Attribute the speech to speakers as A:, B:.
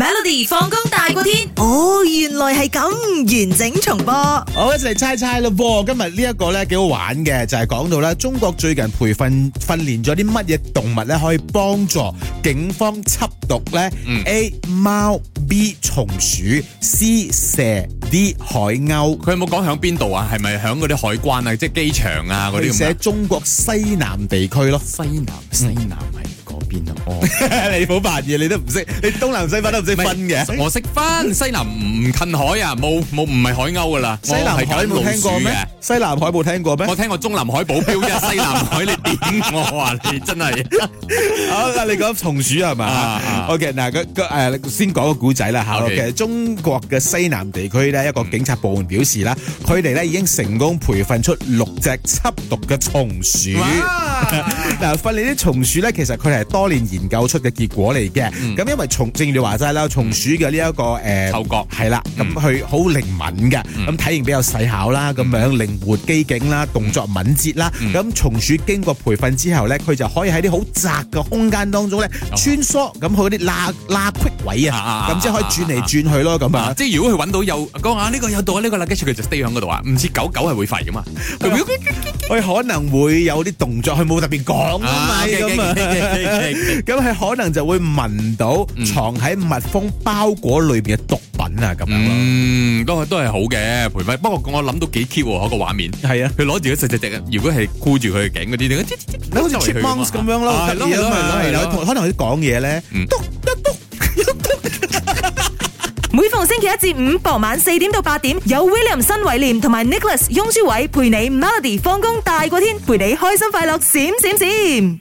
A: Melody 放工大過天，哦，原來係咁，完整重播。
B: 好，一齊嚟猜猜咯噃！今日呢一個咧幾好玩嘅，就係、講到咧中國最近培訓訓練咗啲乜嘢動物咧，可以幫助警方緝毒咧、
C: 嗯
B: a 貓，B 松鼠，C 蛇，D 海鷗。
C: 佢有冇講響邊度啊？係咪響嗰啲海關啊，即係機場啊嗰
B: 佢
C: 啲咁
B: 寫
C: 啊？
B: 中國西南地區咯，
C: 西南，西南係嗰邊啊！哦。
B: 你好扮嘢，你都唔識，你東南西北都唔識分嘅。
C: 我識分西南唔近海啊，冇冇唔係海鷗噶啦，
B: 西南海
C: 我係
B: 冇
C: 揀
B: 聽過
C: 老鼠
B: 咩
C: 嘅？
B: 西南海冇聽過咩
C: 我？聽過中南海保鏢啫，西南海你點我啊？你真係
B: 好啦，你講松鼠係
C: 啊
B: 嘛
C: 啊
B: ？OK，嗱，個個誒先講個古仔啦嚇。
C: OK
B: OK，中國嘅西南地區咧，一個警察部門表示啦，佢哋咧已經成功培訓出六隻緝毒嘅松鼠。嗱，訓練啲松鼠咧，其實佢係多年研究出嘅結果嚟嘅。咁因為松，正如你話齋啦，松鼠嘅呢一個誒
C: 嗅覺
B: 係啦，咁佢好靈敏嘅，咁體型比較細巧啦，咁樣靈活機警啦，動作敏捷啦。咁松鼠經過培訓之後咧，佢就可以喺啲好窄嘅空間當中咧穿梭，咁佢嗰啲罅罅隙位
C: 啊啊
B: 啊，
C: 啊
B: 咁即係可以轉嚟轉去咯，咁
C: 啊
B: 啊！。
C: 即係如果佢揾到有講啊呢個有到啊呢個啦，跟住佢就 stay 喺嗰度啊。唔似狗狗係會吠噶嘛，佢會
B: 佢可能會有啲動作，佢冇特別講啊嘛，咁啊。 咁佢可能就會聞到
C: 嗯
B: 藏喺密封包裹裏邊嘅毒品啊，咁樣咯。
C: 嗯，都係都係好嘅培訓。不過我諗到幾 cute 喎，嗰個畫面。
B: 係啊，
C: 佢攞住一隻隻隻，如果係箍住佢嘅頸嗰啲，點解
B: 你好似 chipmunks 咁樣咯，好
C: 係
B: 得
C: 咯
B: 意啊嘛。
C: 係咯係咯係咯
B: 有可能佢講嘢咧
C: 嗯，
B: 篤一篤。
A: 每逢星期一至五傍晚四點到八點，有 William 新偉廉同埋 Nicholas 雍舒偉陪你 Melody 放工大過天，陪你開心快樂閃閃閃。